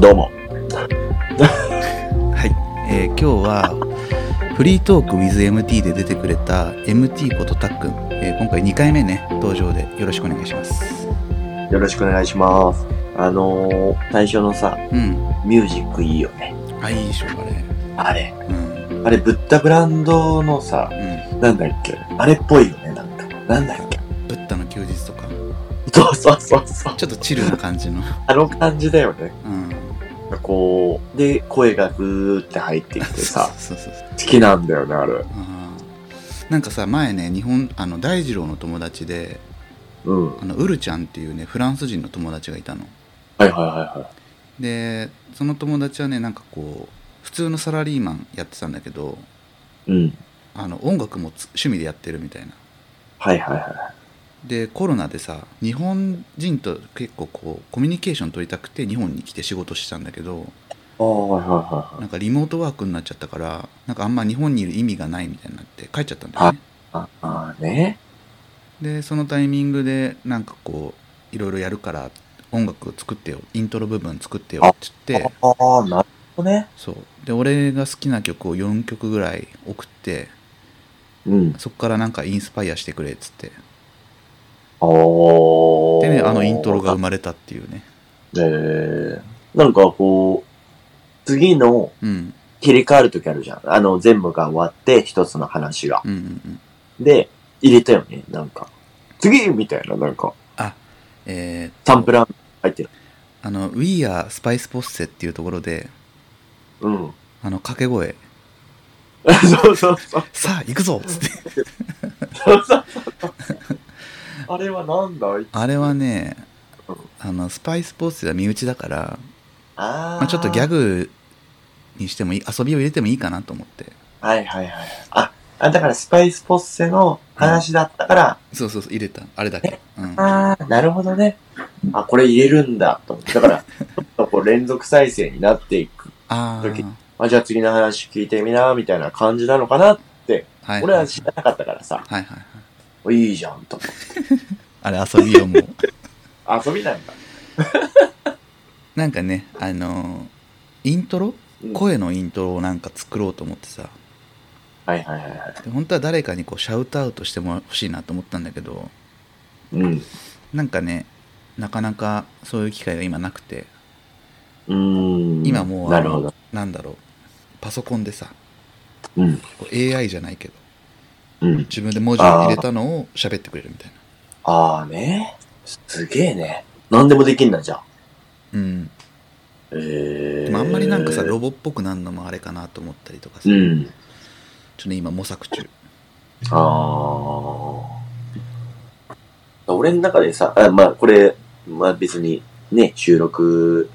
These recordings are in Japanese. どうも。はい、えー今日はフリートーク WithMT で出てくれた MT ことたっくん、えー今回2回目ね登場でよろしくお願いしますよろしくお願いします。あのー、最初のさ、うんミュージックいいよね。あいいでしょあれあれ。うんあれ、ブッダブランドのさ、うなんだっけあれっぽいよね、なんか。なんだっけんブッダの休日とかそうそうそうそう。ちょっとチルな感じ のあの感じだよね。うん、こう、で、声がブーって入ってきてさそうそうそう 好きなんだよね、あれ。あーなんかさ前ね日本あの大二郎の友達でうん。はいあのウルちゃんっていうねフランス人の友達がいたのはいはいはでその友達はねなんかこう普通のサラリーマンやってたんだけどい。うん。あの音楽もつ趣味でやってるみたいなはいはいはでコロナでさ日本人と結構こうコミュニケーション取りたくて日本に来て仕事してたんだけどい。ああ、はいはいはいはい。なんかリモートワークになっちゃったからなんかあんま日本にいる意味がないみたいになって帰っちゃったんだよねああーね。でそのタイミングでなんかこういろいろやるから音楽作ってよイントロ部分作ってよって言ってああ、なるほどね。そうで俺が好きな曲を4曲ぐらい送ってうん。そこからなんかインスパイアしてくれっつっておー。でねあのイントロが生まれたっていうねえー、なんかこう、次のうん切り替わるときあるじゃん。あの、全部が終わって、一つの話が。うんうんうんで、入れたよね、なんか。次みたいな、なんか、あえーっとサンプラー入ってる。あの、We are Spice Posse っていうところで、うん。 あの、掛け声、そうそうそう。さあ、行くぞっつって。そうそうそう。あれはなんだいあれはねうん、あの、スパイスポーツは身内だから、あまあ、ちょっとギャグ。グにしてもいい、遊びを入れてもいいかなと思って。はいはいはい。あ、あだからスパイスポッセの話だったから、そうそうそう、入れた。あれだけ。うん。ああ、なるほどね。あ、これ入れるんだ、と思って。だから、ちょっとこう連続再生になっていくあー時あ、じゃあ次の話聞いてみな、みたいな感じなのかな。はい。俺はいは知らなかったからさ、はいはい。いいじゃん、と。あれ、遊びをもう。 遊びなんだ。なんかね、あのーイントロうん声のイントロをなんか作ろうと思ってさ、はいはいはいはい。で本当は誰かにこう、シャウトアウトしても欲しいなと思ったんだけど、うん。なんかねなかなかそういう機会が今なくてうーん。今もうなあるのほど。なんだろうパソコンでさうん。こう AI じゃないけどうん。自分で文字を入れたのを喋ってくれるみたいなああね。すげえね。何でもできんな、じゃあ。うんえでー。もあんまりなんかさロボっぽくなるのもあれかなと思ったりとかさ、うちょっん。とね今模索中ああ。俺の中でさ、あまあこれ、まあ別にね、収録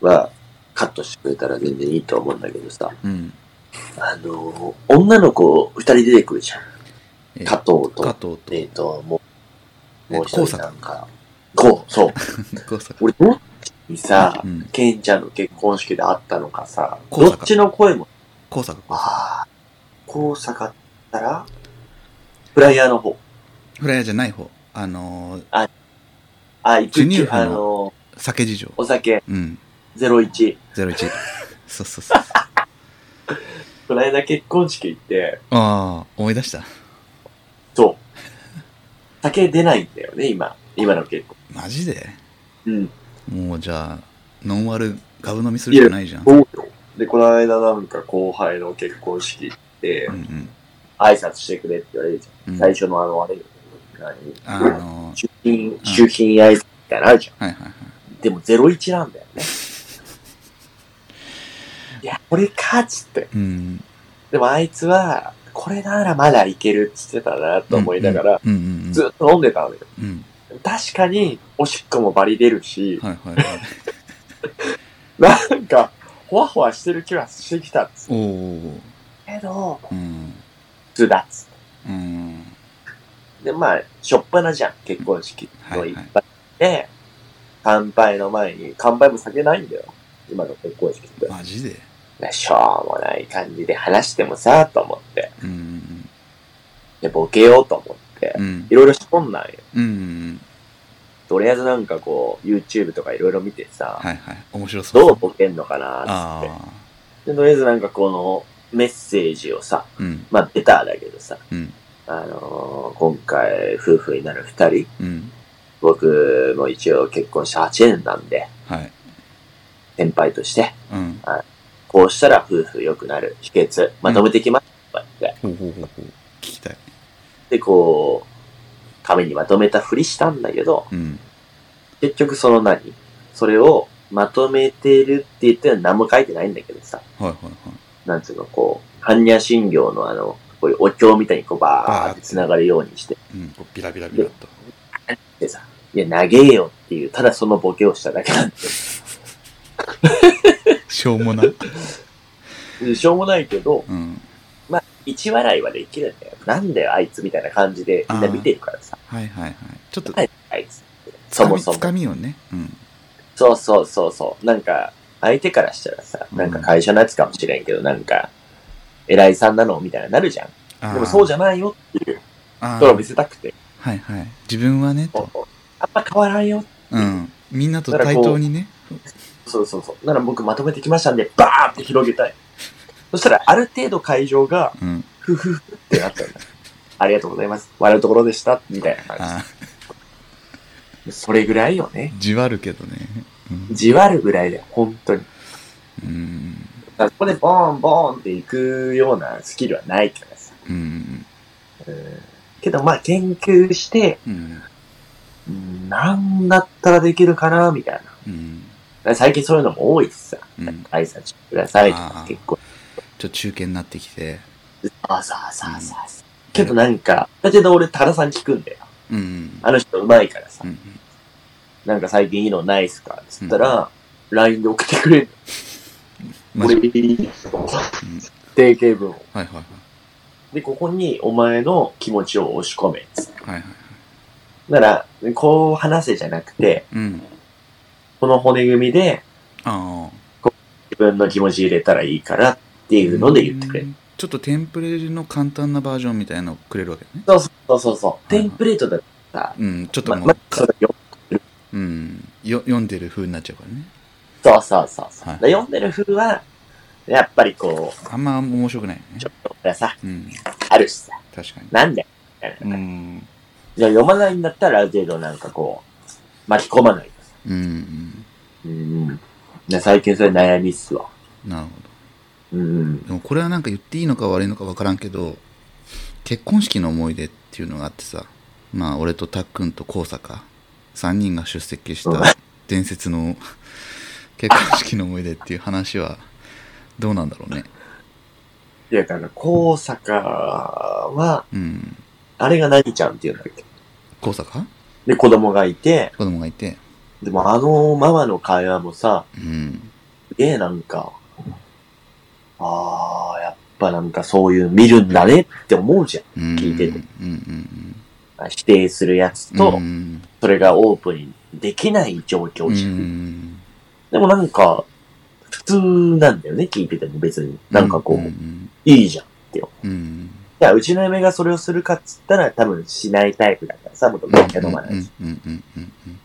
はカットしてくれたら全然いいと思うんだけどさ、うんあの、女の子二人出てくるじゃん。えー加加藤と、藤えっ、と、もう、えっともう一人なんか、こう、そう。 と香俺、どっちにさ坂、うんケンちゃんの結婚式で会ったのかさ、高ど坂っちの声も、香坂ああ、こう下がったら、フライヤーの方。フライヤーじゃない方あのーあ、行授乳く婦のあの、酒事情お酒うん01。 01そうそうそうあこの間結婚式行って、あー思い出したそう。酒出ないんだよね、今。今の結婚。マジでうん。もうじゃあノンアルガブ飲みするしかないじゃんそうよ。で、この間なんか後輩の結婚式行ってう、ん挨拶してくれって言われるじゃん。うんうん、最初のあの、あれよ。あの出勤、出勤挨拶みたいなのあるじゃはいはいはいん。でも01なんだよ ね。いや、これかっつって。うんでもあいつは、これならまだいけるっつってたなと思いながら、うんうんうんずっと飲んでたのよ。うん確かに、おしっこもバリ出るし、はいはいはないんか、ほわほわしてる気はしてきたっつおおけど、うん普通だっつってうんで、まあ、しょっぱなじゃん、結婚式はいのはい一杯で、乾杯の前に、乾杯も酒ないんだよ。今の結婚式って。マジででしょうもない感じで話してもさ、と思って。うんで、ボケようと思ってう。んいろいろ仕込んだんよ。うんうんとりあえずなんかこう、YouTube とかいろいろ見てさ、はいはい。面白そう。どうボケんのかなっつって。あで、とりあえずなんかこのメッセージをさ、あ。うん。まあベターだけどさ、うん。あのー今回夫婦になる二人、うん。僕も一応結婚して8年なんで、はい。先輩として、うん。こうしたら夫婦良くなる秘訣、まとめてきますとか言って、ほうほうほうほう。聞きたい。で、こう、紙にまとめたふりしたんだけど、うん。結局その何それをまとめてるって言っては何も書いてないんだけどさ、はいはいはい。なんつうの、こう、般若心経のあの、こういうお経みたいにこうバーって繋がるようにして、うん。こうビラビラビラっと。でさ、いや、投げえよっていう、ただそのボケをしただけなんしょうもな。で、しょうもないけど、うん。一笑いはできるんだよ。なんだよ、あいつみたいな感じでみんな見てるからさ、はいはいはい。ちょっと、あいつ。つそかみもそもつかみをね。うん。そうそうそうそう。なんか、相手からしたらさ、なんか会社のやつかもしれんけど、なんか、偉いさんなのみたいななるじゃん。あでもそうじゃゃないよっていうあところを見ーせたくて。はいはい。自分はね、と。あんま変わらんよ。うん。みんなと対等にね。そうそうそう。なら僕まとめてきましたんで、バーって広げたい。そしたら、ある程度会場が、うん。ふふふってなったんだ。ありがとうございます。笑うところでした。みたいな感あじ。それぐらいよね。ーじわるけどね。うんじわるぐらいで、本当に。うん。だからそこでボーンボーンっていくようなスキルはないからさ。うん。うんけど、まあ、研究して、うん。うんなんだったらできるかな、みたいな。だかうん。ら最近そういうのも多いしさ。うん。挨拶してくださいとあかー、結構。ちょっと中堅になってきて。あ、そうそうそうそう。けどなんか、だけど俺、タラさん聞くんだよ。うん。あの人うまいからさう。ん。なんか最近いいのないっすかつったら、LINE で送ってくれる。マ俺、ジいいっすうん定型文を。はいはいはい。で、ここにお前の気持ちを押し込めっつって。はいはい。なら、こう話せじゃなくて、うん。この骨組みでああ。自分の気持ち入れたらいいからっていうので言ってくれる。ちょっとテンプレの簡単なバージョンみたいなのをくれるわけね。そうそうそうそう。はいテはいンプレートだったら、うん。ちょっとま、もう、ま、そうだよ。うん。よ読んでる風になっちゃうからね。そうそうそうそう。はいで読んでる風は、やっぱりこう、あんま面白くないよねち。ょっとこれさ、うん。あるしさ、確かに。なんだよ。みたいなうん。じゃあ読まないんだったら、ある程度なんかこう、巻き込まない。うん。うん。で最近それ悩みっすわ。なるほど。うん。でもこれはなんか言っていいのか悪いのか分からんけど結婚式の思い出っていうのがあってさまあ俺とたっくんと高坂3人が出席しうんた伝説の 結婚式の思い出っていう話はどうなんだろうねいや、だから、高坂は、うんあれが何ちゃんっていうんだっけ。高坂で、子供がいて、子供がいてでもあのママの会話もさ、うんすげえなんか、ああ、やっぱなんかそういう見るんだねって思うじゃん。聞いてるてうんうん否定するやつうんうと、んそれがオープンにできない状況うんじゃん。でもなんか、普通なんだよね、聞いてても別に。なんかこう、うんいいじゃん。いうんうんや、うちの嫁がそれをするかっつったら多分しないタイプだからさ、僕めっちゃ飲まないし。うんうんうんうんうん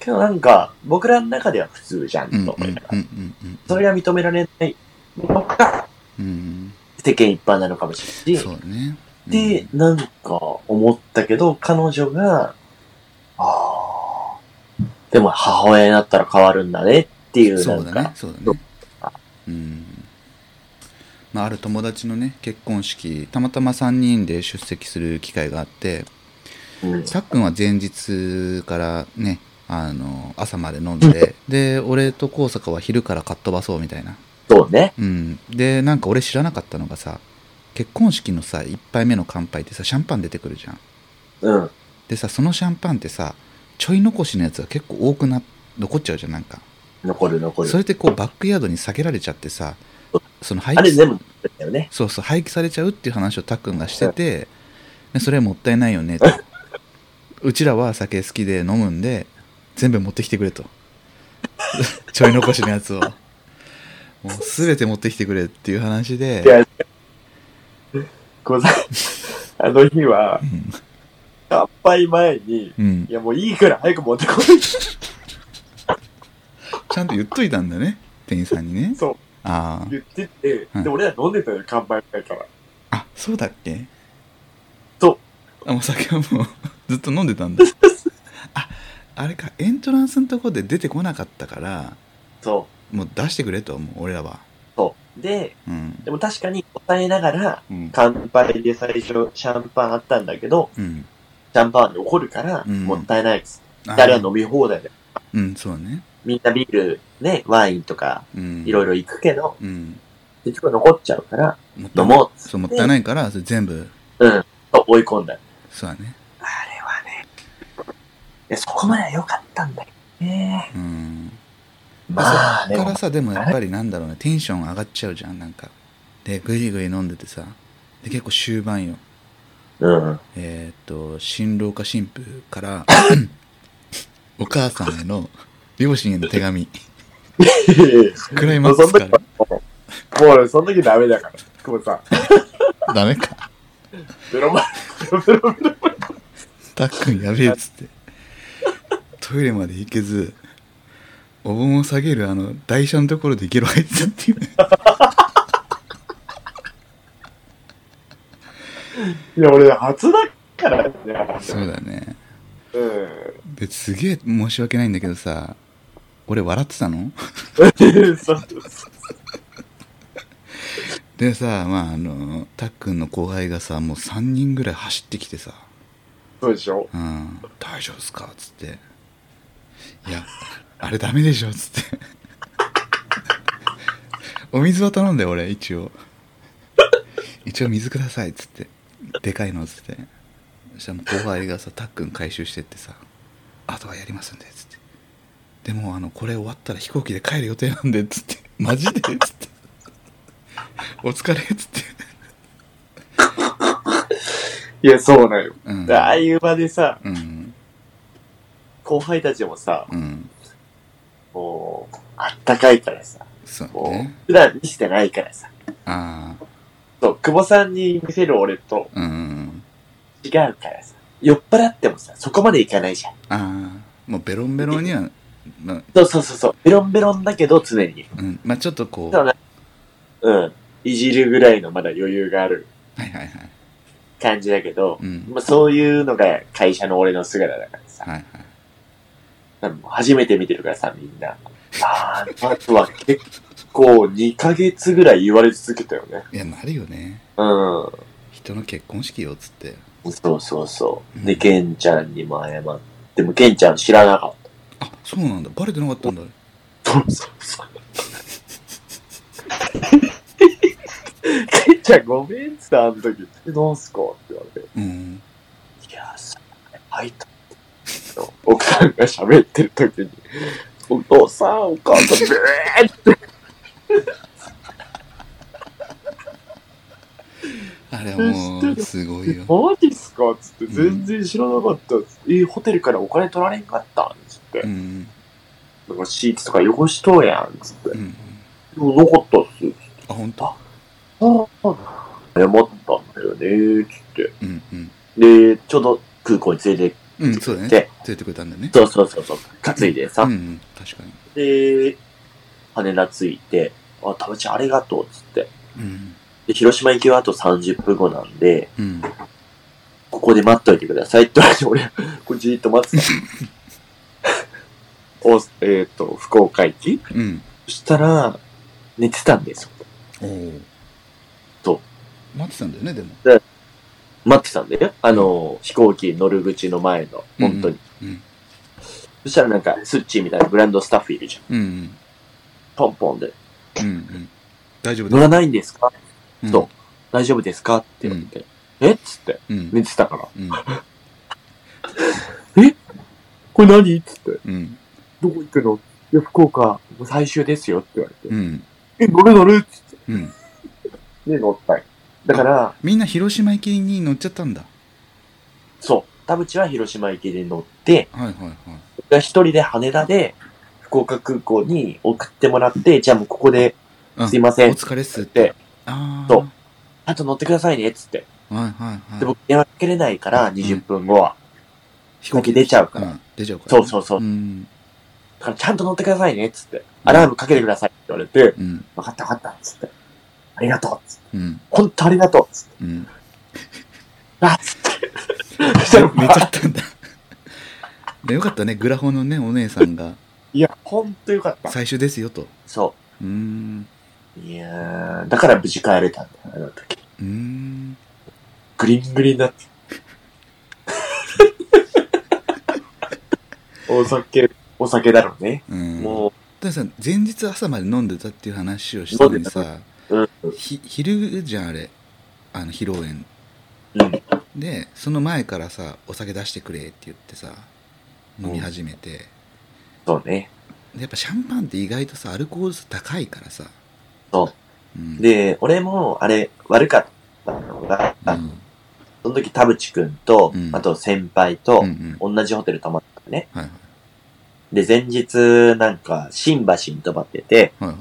けどなんか、僕らの中では普通じゃんうんうんと思いながうら。んうんうんそれが認められないのがうん世間一般なのかもしれないしそ。うだねで、なんか思ったけど、彼女が、ああ、でも母親になったら変わるんだねっていう、なそんうだねか、そうだどねうんまあある友達のね結婚式たまたま3人で出席する機会があってうんさっくんは前日からねあの朝まで飲ん でで俺と高坂は昼からかっ飛ばそうみたいなそうね。うんでなんか俺知らなかったのがさ結婚式のさ1杯目の乾杯ってさシャンパン出てくるじゃんうん。でさそのシャンパンってさちょい残しのやつが結構多くな残っちゃうじゃんなんか残る残るそ。れってこうバックヤードに下げられちゃってさその廃あれ棄全部だったよね。そうそう廃棄されちゃうっていう話をたっくんがしててでそれはもったいないよ ねとうちらは酒好きで飲むんで全部持ってきてくれと ちょい残しのやつをもう全て持ってきてくれっていう話いやで、ござあの日はう、ん、乾杯前に、うんい、やもういいから早く持ってこい。ちゃんと言っといたんだね店員さんにねそうあー言ってて、はいで、俺ら飲んでたよ、乾杯前から。あそうだっけそうあもう酒はもう ずっと飲んでたんだ ああれかエントランスのとこで出てこなかったからそもう出してくれともう俺らはう。そう。で、うんでも確かに抑えながら、うん乾杯で最初シャンパンあったんだけど、うんシャンパンで怒るから、うんもったいないです。あー誰は飲み放題で。うんそうねみんなビール、ね、ワインとか、うんいろいろ行くけど、うん結局残っちゃうから、もった飲いないもそうもったいないからそれ全部う。うん。と追い込んだ。そうだねあれはね、いやそこまでは良かったんだけどね。うんまあそねっか、らさでもやっぱりなんだろうねテンション上がっちゃうじゃんなんかでぐいぐい飲んでてさで結構終盤ようん。えーっと新郎か新婦から お母さんへの両親への手 紙クライマックスかももう、その時ダメだから、久保さん。ら ダメかベロマベロベロたっくんやべえっつってトイレまで行けずお盆を下げるあの台車のところでゲロ入ってたっていうねいや、俺、初だからね。そうだねうですげえ申し訳ないんだけどさ俺笑ってたのん。そうでさまああのたっくんの後輩がさもう3人ぐらい走ってきてさそうでしょ「うん、大丈夫っすか?」っつって「いやあれダメでしょ」っつって 「お水は頼んだよ俺一応一応水ください」っつって「でかいの」っつってそしたらもう後輩がさたっくん回収してってさ「あとはやりますんで」っつって「でもあのこれ終わったら飛行機で帰る予定なんで」っつって「マジで?」っつって「お疲れ」っつって、いや、そうなのよ。うん、ああいう場でさ、うん後輩たちもさ、うんもう、あったかいからさ、そうもねう、普段見せてないからさ。ああそう、久保さんに見せる俺とうん違うからさ、酔っ払ってもさ、そこまでいかないじゃん。ああもうベロンベロンには、まあそうそうそうそう、ベロンベロンだけど常に。うんまあ、ちょっとこうそはうね。うん。いじるぐらいのまだ余裕があるいはいはい感じだけど、うんまあ、そういうのが会社の俺の姿だからさ。はいはい多分初めて見てるからさ、みんな。あー、あとは結構2ヶ月ぐらい言われ続けたよね。いやなるよねう人の結婚式よっつってん。そうそうそう。で、うんケンちゃんにも謝って。でも、ケンちゃん知らなかっあそうなんだバレてなかったんだた。そうそうそう。ケ ンちゃんごめんってさ、あの時。えなんすかって言われて。うんいやーさ、入った。奥さんが喋ってる時に、お父さん、お母さん、ブーって。あれはもうすごいよマジっすかっつって、全然知らなかったっつって、えホテルからお金取られんかったんつって、うんなんかシーツとか汚しとうやんつって、うんうん、なかったっす。あ本当ああ、謝ったんだよね、つって。うんうんで、ちょうど空港に連れて、うんそうだね連でれてくれたんだよねそうそうそうそう、担いでさ、うんうん確かにで、羽田着いて、あ、たぶちゃんありがとう、つって。うんで、広島行きはあと30分後なんで、うんここで待っといてくださいって言われて、俺、 こうじーっと待 ってた。おえっ、と、福岡行きうんそしたら、寝てたんですよ。おおそ待ってたんだよねでも待ってたんだよ。あの、飛行機乗る口の前の、本当に。うんそしたらなんか、スッチーみたいなブランドスタッフいるじゃん。うんうんポンポンで。うんうん大丈夫乗だらないんですかうんそ大丈夫ですかって言われて。えっつって。うん寝てたから。うんこれ何っつって。うんどこ行くのいや、福岡、もう最終ですよって言われて。うんえ、乗る乗るっつって。うんで、乗ったんよだから、みんな広島行きに乗っちゃったんだそう。田淵は広島行きで乗って、はいはいはい僕が一人で羽田で福岡空港に送ってもらって、じゃあもうここでうんすいませんお疲れっすってで。ああ。そうあと乗ってくださいね、っつって。はいはいはい。で、僕電話かけれないから、20分後は。飛先出ちゃうから。うん、出ちゃうから、そうそうそう。ん。だからちゃんと乗ってくださいね、つって。アラームかけてくださいって言われて、うん。わかったわかった、つって。ありがとう、つって。うん。ほんとありがとう、つって。うん。あ、つって。 そしたら寝ちゃったんだ。 でよかったね、グラフォンのね、お姉さんが、いや、ほんとよかった。最終ですよと。そうーん。う。いやー、だから無事帰れたんだよ、あの時。うーん。グリングリンだ って。お酒、お酒だろうね。うん。もたださ、前日朝まで飲んでたっていう話をしたのにさ、う、うん。ひ昼じゃん、あれ。あの、披露宴。うん。で、その前からさ、お酒出してくれって言ってさ、飲み始めて。そうね。でやっぱシャンパンって意外とさ、アルコール数高いからさ。そうん。で、俺も、あれ、悪かったのが、うん、その時田淵くんと、うんあと先輩と、うんうん。同じホテル泊まったのね。はいはで、い。前日、なんか、新橋に泊まってて、はいは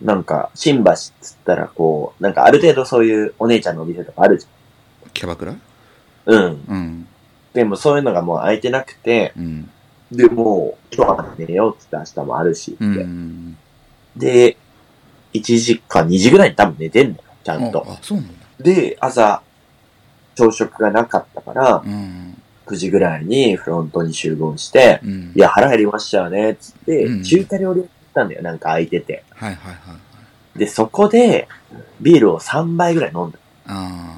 い。なんか、新橋っつったら、こう、なんかある程度そういうお姉ちゃんのお店とかあるじキャバクラゃん。うん。うん。でもそういうのがもう空いてなくて、うん。で、もう、今日は寝ようっつって明日もあるし、ってうんうん。で、1時か2時ぐらいに多分寝てんだよ、ちゃあんと。あ、そうなんだ。で、朝、朝食がなかったからう、ん。 9時ぐらいにフロントに集合して、うん。いや、腹減りましたよね、つって、うん中華料理屋行ったんだよ、なんか空いてて。はいはいはい。で、そこで、ビールを3杯ぐらい飲んだ。あ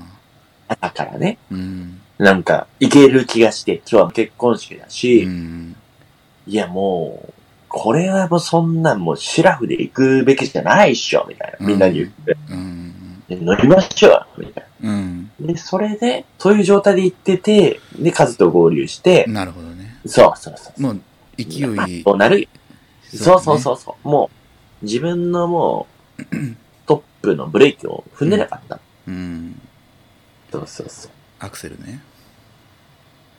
だからね。あ。うん。なんか、いける気がして、今日は結婚式だうし、ん。いやもう、これはもうそんなんもうシラフで行くべきじゃないっしょ、みたいな。みんなに言って、うん。で乗りましょうよ、みたいうん。な。で、それで、そういう状態で行ってて、で、カズと合流して、なるほどね。そうそうそう。もう、勢い。そうなるよそうそううそうそう。もう、自分のも う、トップのブレーキを踏んでなかった。だね。うん。そうそうそう。アクセルね。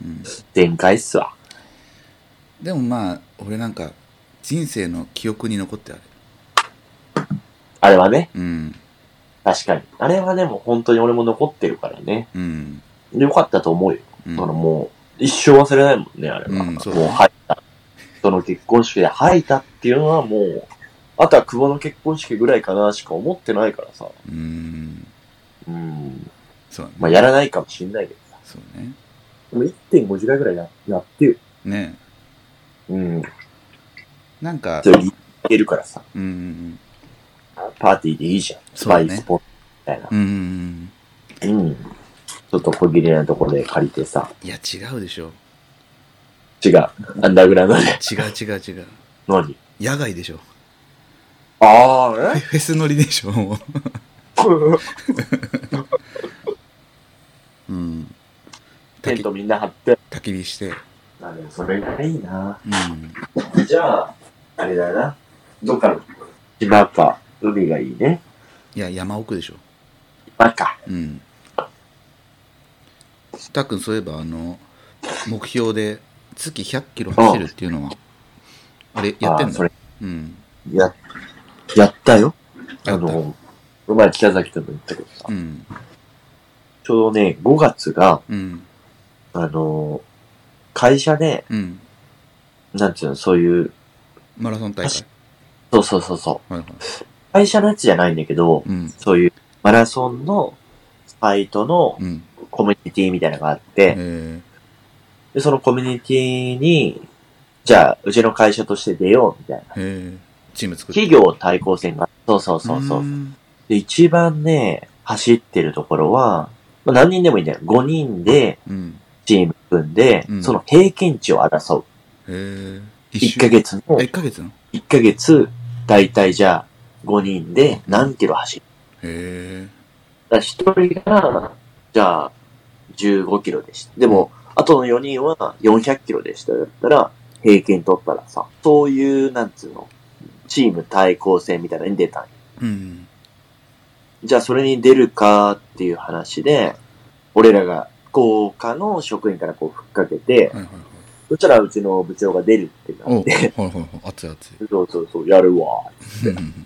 うん。全開っすわ。でもまあ、俺なんか、人生の記憶に残ってある。あれはね、うん。確かに。あれはでも本当に俺も残ってるからね。うん。でよかったと思うよ。うんだからもう、一生忘れないもんね、あれは。うんそうだねもう吐いた。その結婚式で吐いたっていうのはもう、あとは久保の結婚式ぐらいかなしか思ってないからさ。うん。うん。そうね。まあ、やらないかもしんないけどさ。そうね。でも1.5時間ぐらいややってよ。ねうん。なんかそ、れいけるからさ。うんうんパーティーでいいじゃん。スそうパねイスポットみたいな。うん。うんうんうん。うん。ちょっと小切れなとこで借りてさ。いや、違うでしょ。違う。アンダーグラウンドで。違う違う違う。何野外でしょ。ああ、えフェス乗りでしょ、もう。うん。テ焚ンきトみんな張って。焚き火して。あ、でもそれがいいな。うん。じゃあ、あれだな。どっかの島か、海がいいね。いや、山奥でしょ。バカ。うん。たっくん、そういえば、あの、目標で月100キロ走るっていうのは、あれ、やってんあそだれ。うん。や、やったよ。あやったの、この前北崎とも言ったけどさう、ん。ちょうどね、5月が、うん。あの、会社で、うん。なんていうの、そういう、マラソン大会。そうそうそうそう、はいはい。会社のやつじゃないんだけど、うん。そういうマラソンのサイトのうん。コミュニティみたいなのがあって、えー、でそのコミュニティに、じゃあ、うちの会社として出ようみたいな。えー、チーム作って。企業対抗戦が、そうそうそうそう。んで、一番ね、走ってるところは、まあ、何人でもいいんだよ。5人でうん。チーム組んで、うんその平均値を争う。えー、 1一ヶ週月のあ、、1ヶ月の1ヶ月、だいたいじゃあ、5人で何キロ走る。へえ。だから1人が、じゃあ、15キロでした。でも、あとの4人は400キロでした。だったら、平均取ったらさ、そういう、なんつうの、チーム対抗戦みたいなのに出たんようん。じゃあそれに出るかっていう話で、俺らが福岡の職員からこうふっかけて、はいはいはい。そしたらうちの部長が出るってなおっはいて、はいはい。熱い熱い。そうそうそう、やるわ。うん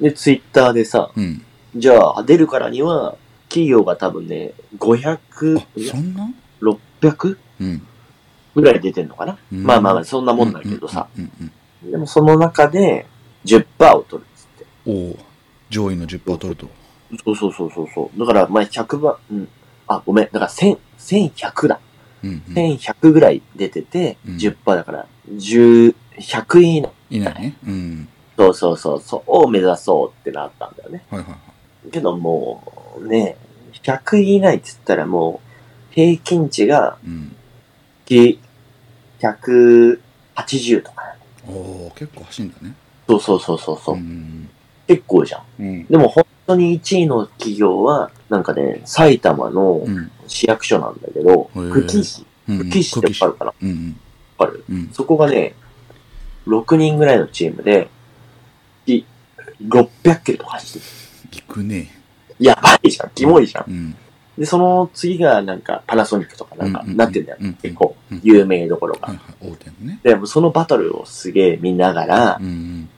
で、ツイッターでさ、うん。じゃあ出るからには、企業が多分ね、500あ、、そんな600うん。ぐらい出てんのかな、うんまあまあまあ、そんなもんだけどさ。。うんうんうんでもその中で10%を取るっつって。うんおお、上位の10%を取ると。そうそうそうそうそう。だから、まあ100番、うん。あ、ごめん。だから1000、1100だ。うんうん1100ぐらい出てて、うん10%だから、10、100以内。いないね。うん。そうそうそう、そうを目指そうってなったんだよね。はいはいはい。けどもう、ね、100位以内って言ったらもう、平均値がうん。月180とか、ね。おお、結構走るんだね。そうそうそうそうそう、ん。結構じゃん。うん。でも本当に1位の企業は、なんかね、埼玉のうん。市役所なんだけど、へー久喜市、うん久喜市ってわかるかなうんうん。わかるうん。そこがね、6人ぐらいのチームで、い600キロとか走ってる。行くね。やばいじゃん、キモいじゃん。うん。で、その次がなんかパナソニックとかなんかうんうんうんなってんだようんうん。結構うん有名どころはが。いはい。大手のね。でもそのバトルをすげえ見ながらう、ん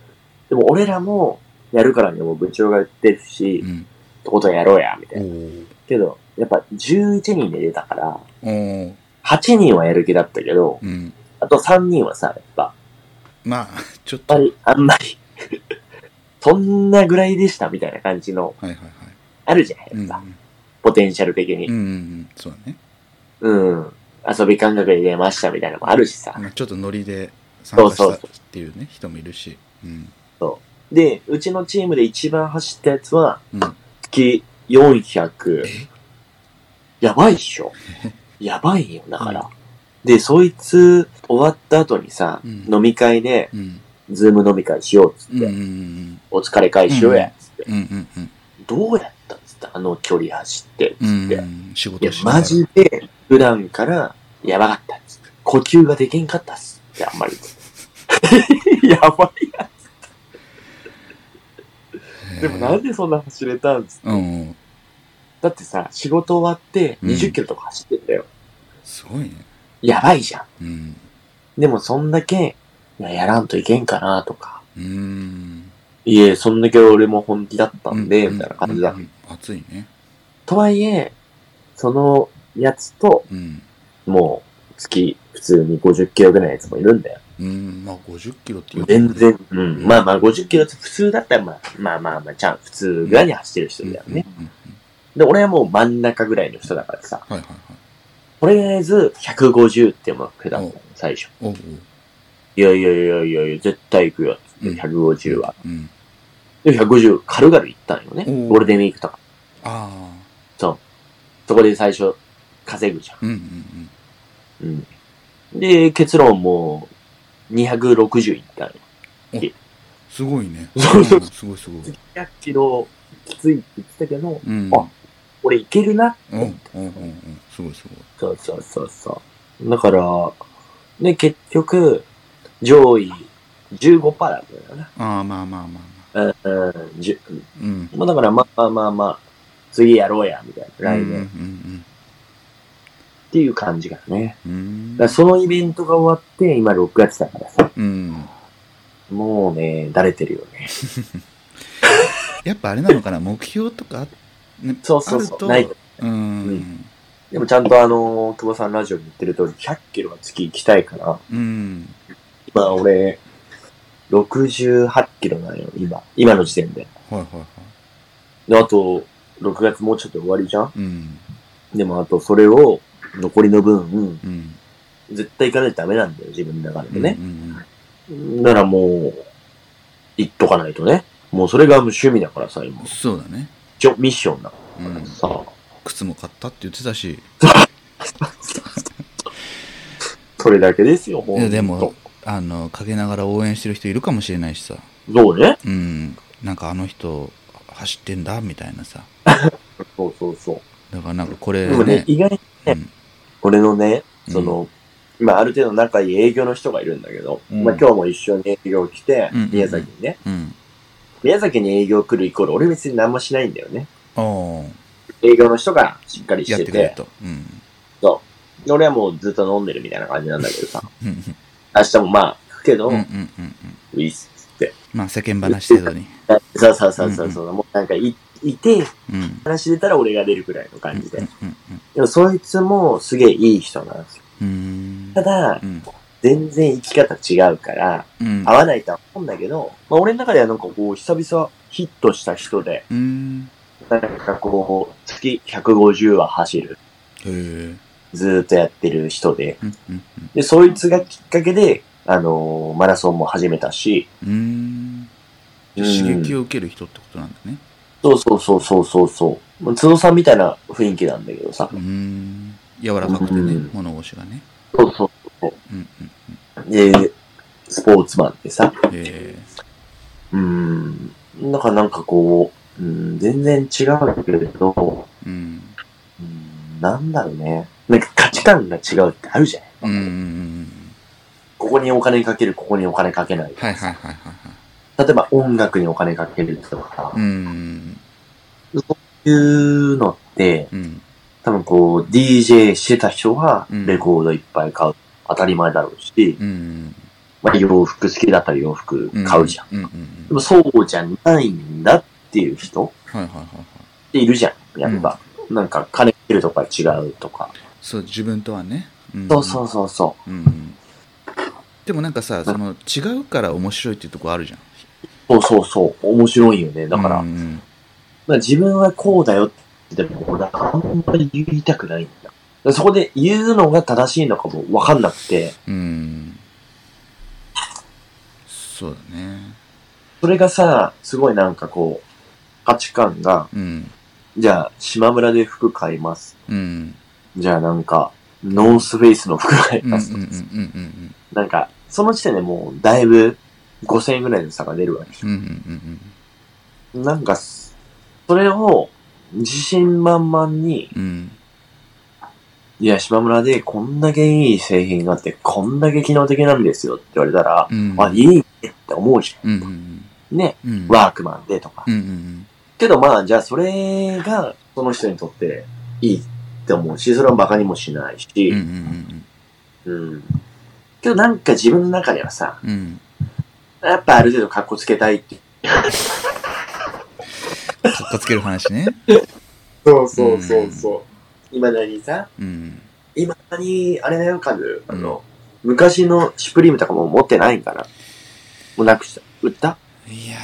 でも俺らもやるからにはもう部長が言ってるしうん。う、ん。とことんやろうや、みたおいな。ーけど、やっぱ11人で出たから、おー。 8人はやる気だったけど、うん。あと3人はさ、やっぱ、まあ、ちょっと。あんまはいり、あんまり、 そんなぐらいでしたみたいな感じの、はいはい。あるじゃないうんでうすか。ん。ポテンシャル的うんうに。んうん。そうだね。うん。遊び感覚で出ましたみたいなのもあるしさ。まあちょっとノリで参加そうしそたっていうね、人もいるし。うん。で、うちのチームで一番走ったやつは、うん。月400。やばいっし ょ。やばいよ、だから。うんで、そいつ終わった後にさ、うん飲み会で、うん。ズーム飲み会しようっつっうんて、うんお疲れ会しようや、つって、うん。うんうんどうやったっつって、あの距離走って、うつっん。て。うん。仕い事やを、しながらマジで、普段から、やばかったっつって。呼吸ができんかったっすって、あんまり。 やばいやん。でもなんでそんな走れたんつって。うんうん。だってさ、仕事終わってうん20キロとか走ってんだよ。すごいね。やばいじゃうん。ん。でもそんだけ、いややらんといけんかなとか。うーん。いえ、そんだけ俺も本気だったんで、みたいな感じだう。ん。暑いね。とはいえ、そのやつと、うん。もう、月、普通に50キロぐらいのやつもいるんだよ。うん。まあ、50キロっていう全然。、うん。まあまあ、50キロって普通だったら、まあまあまあまあ、ちゃん、普通ぐらいに走ってる人だよね。うん。うんで、俺はもう真ん中ぐらいの人だからさ、はいはいはい。とりあえず150って目標だったの、最初。おうおう。いやいやいやいやいや、絶対行くよ、つうっんて、150は。うん。で、150、軽々行ったんよね。おーゴールデンウィークとか。あそこで最初、稼ぐじゃあ。うんうんん。うん。で、結論もう、260行ったんよ。うん。すごいね。そうそうんすごいすごい。 100キロ、きついって言ってたけど、うん。あ俺行けるな。うんうんうんうん。すごいすごい。そうそうそうそう。だから、ね、結局、上位15%だったんだよな。ああ、まあまあまあまあ。うん、うんじゅ。うん。まあだから、まあまあまあ、次やろうや、みたいな。来うん年。っていう感じがね。うんうん。だからそのイベントが終わって、今6月だからさ。うん。もうね、だれてるよね。やっぱあれなのかな、目標とか、ね、そうそうそうあるとないうん、ううん。でもちゃんとあの、久保さんラジオに言ってる通り、100キロは月行きたいから、まあ俺、68キロなのよ、今。今の時点で。はいはいはい。で、あと、6月もうちょっと終わりじゃんうん。でもあと、それを、残りの分、うん。絶対行かないとダメなんだよ、自分の中でもねう。んならもう、行っとかないとね。もうそれがもう趣味だからさ、今うん。。そうだね。ちょ、ミッションだかうらん。さ。靴も買ったって言ってたし、それだけですよ、ほんいとやでも、あの、陰ながら応援してる人いるかもしれないしさ、そうね。うん。なんかあの人、走ってんだ、みたいなさ。そうそうそう。だからなんかこれ、でもね、意外にうねん。俺のね、その、まあある程度仲いい営業の人がいるんだけど、うんまあ今日も一緒に営業来てうんうんうん、宮崎にね。うん。宮崎に営業来るイコール、俺別に何もしないんだよね。ああ、営業の人がしっかりしやっててくれるて、と。うん。で俺はもうずっと飲んでるみたいな感じなんだけどさ、うん明日もまあ、行くけど、うんうんいうんうん。いっすっつって。まあ世間話程度に。そうそうそうそうそう、もうなんかい、いて、うん。話出たら俺が出るくらいの感じうでん。うんうんでもそいつもすげえいい人なんですよ。うーんうんただう、ん。全然生き方違うから、うん合わないとは思うんだけど、まあ、俺の中ではなんかこう、久々ヒットした人で、うん。なんかこう、月150は走る。へえ。ずーっとやってる人で。うんうんで、そいつがきっかけで、あのーマラソンも始めたし、うん。うーん。うん刺激を受ける人ってことなんだね。そうそうそうそうそうそう。もう角さんみたいな雰囲気なんだけどさう。ん。柔らかくてね、うん物腰がね。そうそう。うんで、スポーツマンでさ。うん。へえ。うん。なんかなんかこう、うん、全然違うんだけれど、うん。うん、なんだろうね。なんか価値観が違うってあるじゃない、うんうんうんうん。ここにお金かける、ここにお金かけない。はいはいはいはいは例えば音楽にお金かけるとか、い。うん。いうのって、うん。多分こう、DJ してた人はうん、レコードいっぱい買う。当たり前だろうし、うん。まあ洋服好きだったら洋服買うじゃん。ん。うんうんでうん。もそうじゃないんだっていう人はいはいはいはい。っているじゃん。やっぱ。なんか金かけるとか違うとか。そう、自分とはね。うんそうそうそうそうんでもなんかさその違うから面白いっていうとこあるじゃんう。そうそうそう。面白いよね。だから、うんうんまあ自分はこうだよって言っても、俺はあんまり言いたくないんだ。だからそこで言うのが正しいのかもわかんなくて、うんそうだねそれがさ、すごいなんかこう、価値観が、うんじゃあ、島村で服買います。うんじゃあなんか、ノースフェイスの服買いうんうんうんうます。んなんか、その時点でもう、だいぶ、5000円ぐらいの差が出るわけ。うんうんうんなんか、それを、自信満々に、うんうんいや、島村でこんだけいい製品があって、こんだけ機能的なんですよって言われたら、うんあ、いいねって思うじうんうんゃん。ね。うんうんワークマンでとかう。んうんけどまあ、じゃあそれが、その人にとっていいって思うし、それは馬鹿にもしないうんし、うんうん。けどなんか自分の中ではさ、うんうんうんやっぱある程度格好つけたいっていう。かっこつける話ねそう。そうそうそういまだにさ、うんいまだに、あれだよ、カズ、あの、昔のシュプリームとかも持ってないんかな。もうなくした。売ったいやー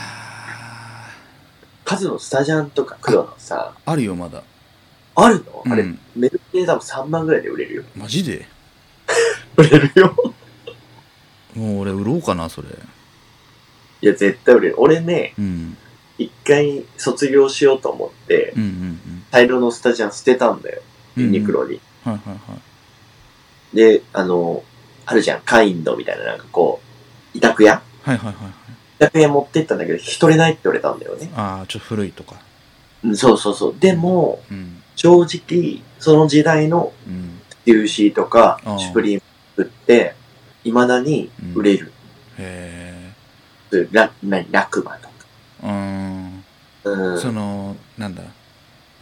カズのスタジャンとか黒のさ、あるよまだあるの、あうれ、んメルペイ多分3万ぐらいで売れるよ。マジで売れるよ。もう俺売ろうかなそれいや、絶対売れる。俺ね、うん一回卒業しようと思って、うんうん大量のスタジャン捨てたんだよ。うんユニクロに。はいはいはいで、あの、あるじゃん、カインドみたいな、なんかこう、委託屋はいはいはいはい委託屋持ってったんだけど、引き取れないって言われたんだよね。ああちょっと古いとかうんそうそうそう。でも、うん正直、その時代のうん UC とかあー、シュプリームって、未だに売れる。へラなラクマとか。えうんうん。そのなんだ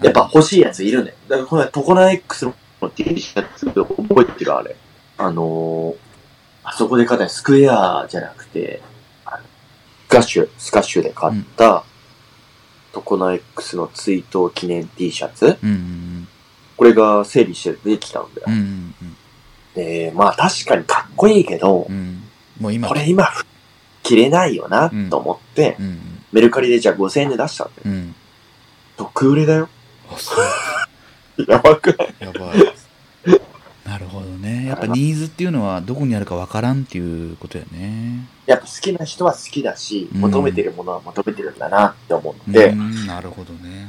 やっぱ欲しいやついるね。だからこれ、トコナ X の T シャツ覚えてるあれ。あのー、あそこで買ったスクエアじゃなくて、あのスカッシュ、スカッシュで買った、トコナ X の追悼記念 T シャツうんうんこれが整理して出てきたんだよう。んうんで、まあ確かにかっこいいけどうんう、んもう今これ今、着れないよな、と思って、うんメルカリでじゃあ5000円で出したんだよ。うんうん特売れだよ。あそうやばくないやばいなるほどねやっぱニーズっていうのはどこにあるかわからんっていうことやねやっぱ好きな人は好きだし、うん求めてるものは求めてるんだなって思っうて、んなるほどね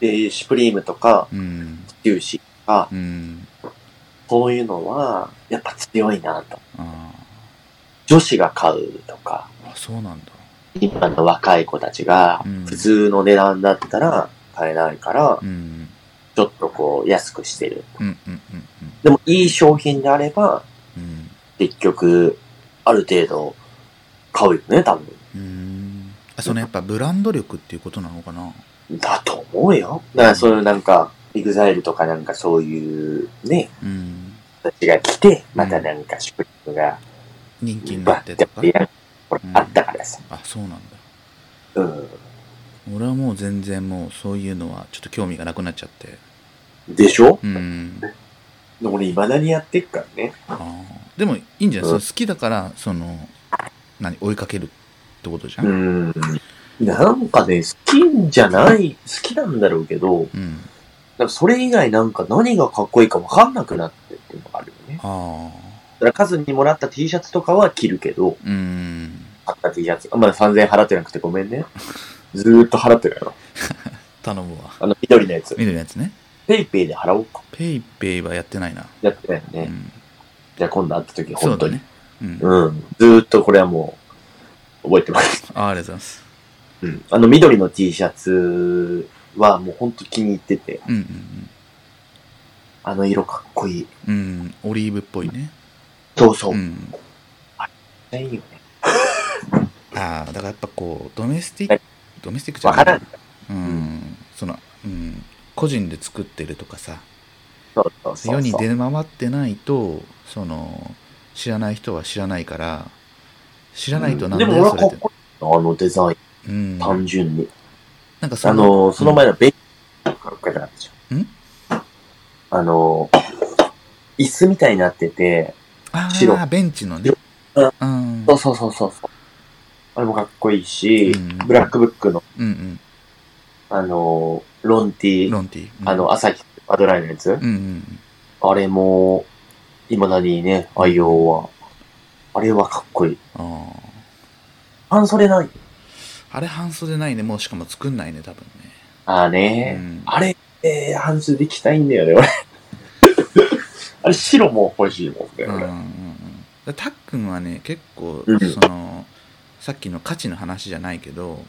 で、シュプリームとか、うんジューシーとか、うんそういうのは、やっぱ強いなと。あ女子が買うとか、ーあそうなんだ一般の若い子たちがうん、普通の値段だったら買えないからう、んちょっとこう、安くしてる。うんうんうんでも、いい商品であれば、うん結局、ある程度、買うよね、多分。うんうんあそのやっぱブランド力っていうことなのかなだと思うよ。だから、そういうなんか、イグザイルとかなんかそういう、ね、うん人たちが来て、またなんか、シュプリームが、人気になバってッとてかやる。これうんあったからさ。あそうなんだうん。俺はもう全然もうそういうのはちょっと興味がなくなっちゃってでしょうんでも俺、未だにやってっからね。あーでもいいんじゃない、うんそれ好きだからその何追いかけるってことじゃん、うん。なんかね、好きじゃない、好きなんだろうけど、うんなんかそれ以外なんか何がかっこいいかわかんなくなってっていうのがあるよね。あだからカズにもらった T シャツとかは着るけど、あうん買った T シャツ。あまだ3000円払ってなくてごめんね。ずーっと払ってるやろ。頼むわあの、緑のやつ。緑のやつねペイペイで払おうか。ペイペイはやってないな、やってないよね。うん、じゃあ今度会った時、そ本う当だに。ね、うん、あうん。ずーっとこれはもう、覚えて ます。ーありがとうございますうん。あの緑の T シャツはもう本当気に入ってて、うんあの色かっこいい。うんうん、うん、オリーブっぽいねそうそう。うめっんちゃいいよね。ああだからやっぱこうドメスティッはクドメスティックじゃわなかいらん。うんその、うん、個人で作ってるとかさそうそうそうそう。世に出回ってないとその知らない人は知らないから知らないとなんでだもよ俺そはかれっっ、てこいいなあのデザイン、うん、単純に。なんかそあのの、その前のベンチかっこよくなったじゃん。んあの、椅子みたいになってて、あ白あベンチのね白うんそうそうそうそうそう。あれもかっこいいし、うんブラックブックの、うんあの、ロンテうィんロー、ンティあの、朝日アドライのやつ、うんうんあれも、未だにね、愛用は。あれはかっこいい。あ半袖ない。ああれ半袖ないねもうしかも作んないね多分ねああね、うんあれ、えー、半袖で着たいんだよね、俺。 あれ、白も欲しいもんね、うんうん俺。うんだからたっくんはね結構、うんそのさっきの価値の話じゃないけど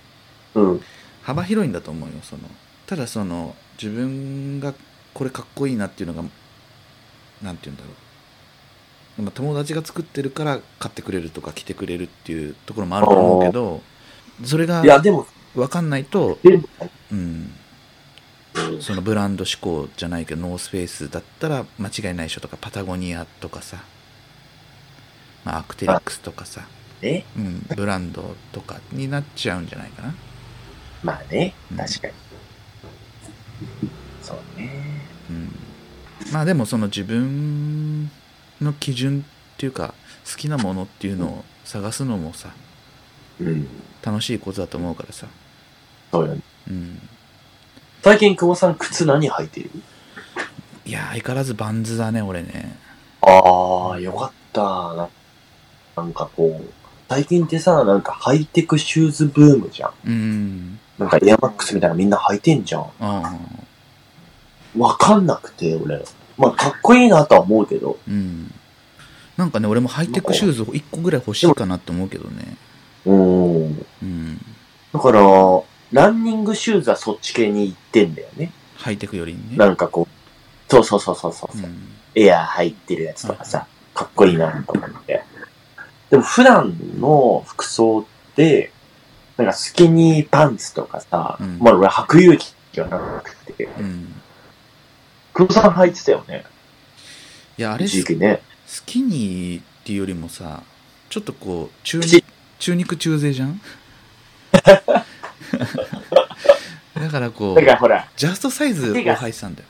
うん。幅広いんだと思うよそのただその自分がこれかっこいいなっていうのがなんて言うんだろうまあ友達が作ってるから買ってくれるとか着てくれるっていうところもあると思うけどそれがいや、でも、分かんないと、でも、うん、うんそのブランド志向じゃないけどノースフェイスだったら間違いないでしょとかパタゴニアとかさ、まあ、アクテリックスとかさ、ね、うん、ブランドとかになっちゃうんじゃないかな、まあねうん、確かに。そうね。うん、まあでもその自分の基準っていうか好きなものっていうのを探すのもさうん。楽しいことだと思うからさ、そうよね。うん、最近、久保さん、靴何履いてるいや相変わらずバンズだね俺ねああ、よかったな。なんかこう、最近ってさ、なんかハイテクシューズブームじゃん。うんなんかエアマックスみたいなのみんな履いてんじゃん。あわかんなくて、俺。まあ、かっこいいなとは思うけど。あうんなんかね俺もハイテクシューズ1個ぐらい欲しいかなって思うけどねうーん。うんだから、ランニングシューズはそっち系に行ってんだよね。ハイテクよりねなんかこう、そうそうそうそうそううそう。んエアー入ってるやつとかさ、かっこいいなと思って。でも普段の服装って、なんかスキニーパンツとかさ、うんまあ俺白勇気がなくて、うん黒さん履いてたよね、いやあれ一す時期ね。スキニーっていうよりもさちょっとこう中プチ肉中肉中背じゃん だからこだうからほら、ジャストサイズを手が配したんだよ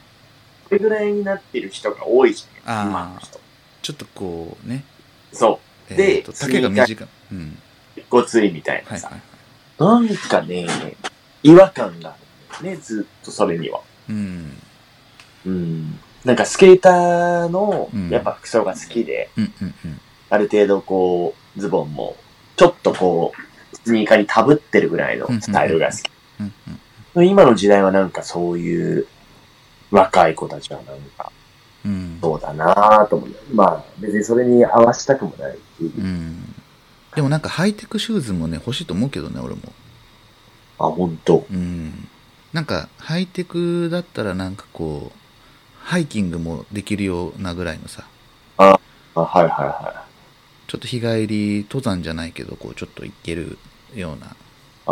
これぐらいになってる人が多いじゃあーん、今の人。ちょっとこうねそえでー、と丈が短いうんう、ごついみたいはないさ。はいなんかね、違和感があるんだよね、ずっとそれには。うんうん。なんかスケーターのうん、やっぱ服装が好きで、うんうんうんある程度こう、ズボンも、ちょっとこう、スニーカーにかぶってるぐらいのスタイルが好き。うんうん今の時代はなんかそういう若い子たちはなんか、うんそうだなぁと思う。まあ、別にそれに合わせたくもないし。うんでもなんかハイテクシューズもね欲しいと思うけどね俺もあ、ほんと。うんなんかハイテクだったらなんかこうハイキングもできるようなぐらいのさあ、はいはいは。ちょっと日帰り登山じゃないけどこうちょっと行けるようない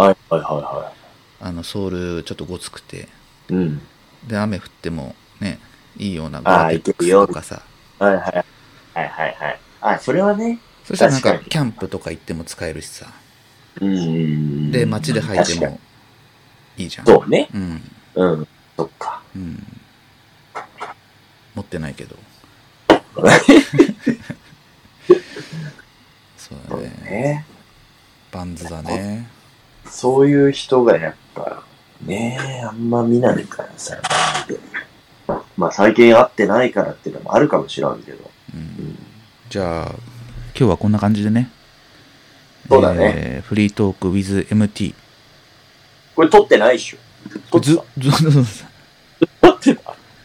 はいはいはいはあのソールちょっとごつくてい。うん。で雨降ってもねいいようなあーゴテックスとかさはいはい。はいはいはい。あ、それはね。そしたらなんか確かにキャンプとか行っても使えるしさうん。で街で履い確てかに。もいいじゃんそうね。うんうん。そっか。 うん持ってないけどそうそだうだね。ね。バンズだね。そういう人がやっぱ、ねえ、あんま見ないからさ。まあ最近会ってないからっていうのもあるかもしらんけど。う、うんんじゃあ、今日はこんな感じでね。そうだね。えーフリートーク WithMT。これ撮ってないっしょ。撮ってずた、ず、ず、ず、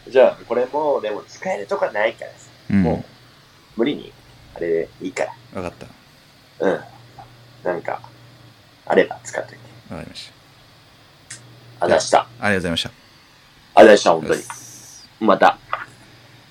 じゃあ、これもうでも使えるとかないからさ。うん。わもう、無理に、あれでいいから。かった。うん。なんか、あれば使っといて。わかりました。あざした。ありがとうございました。あざした、本当によ。しまた。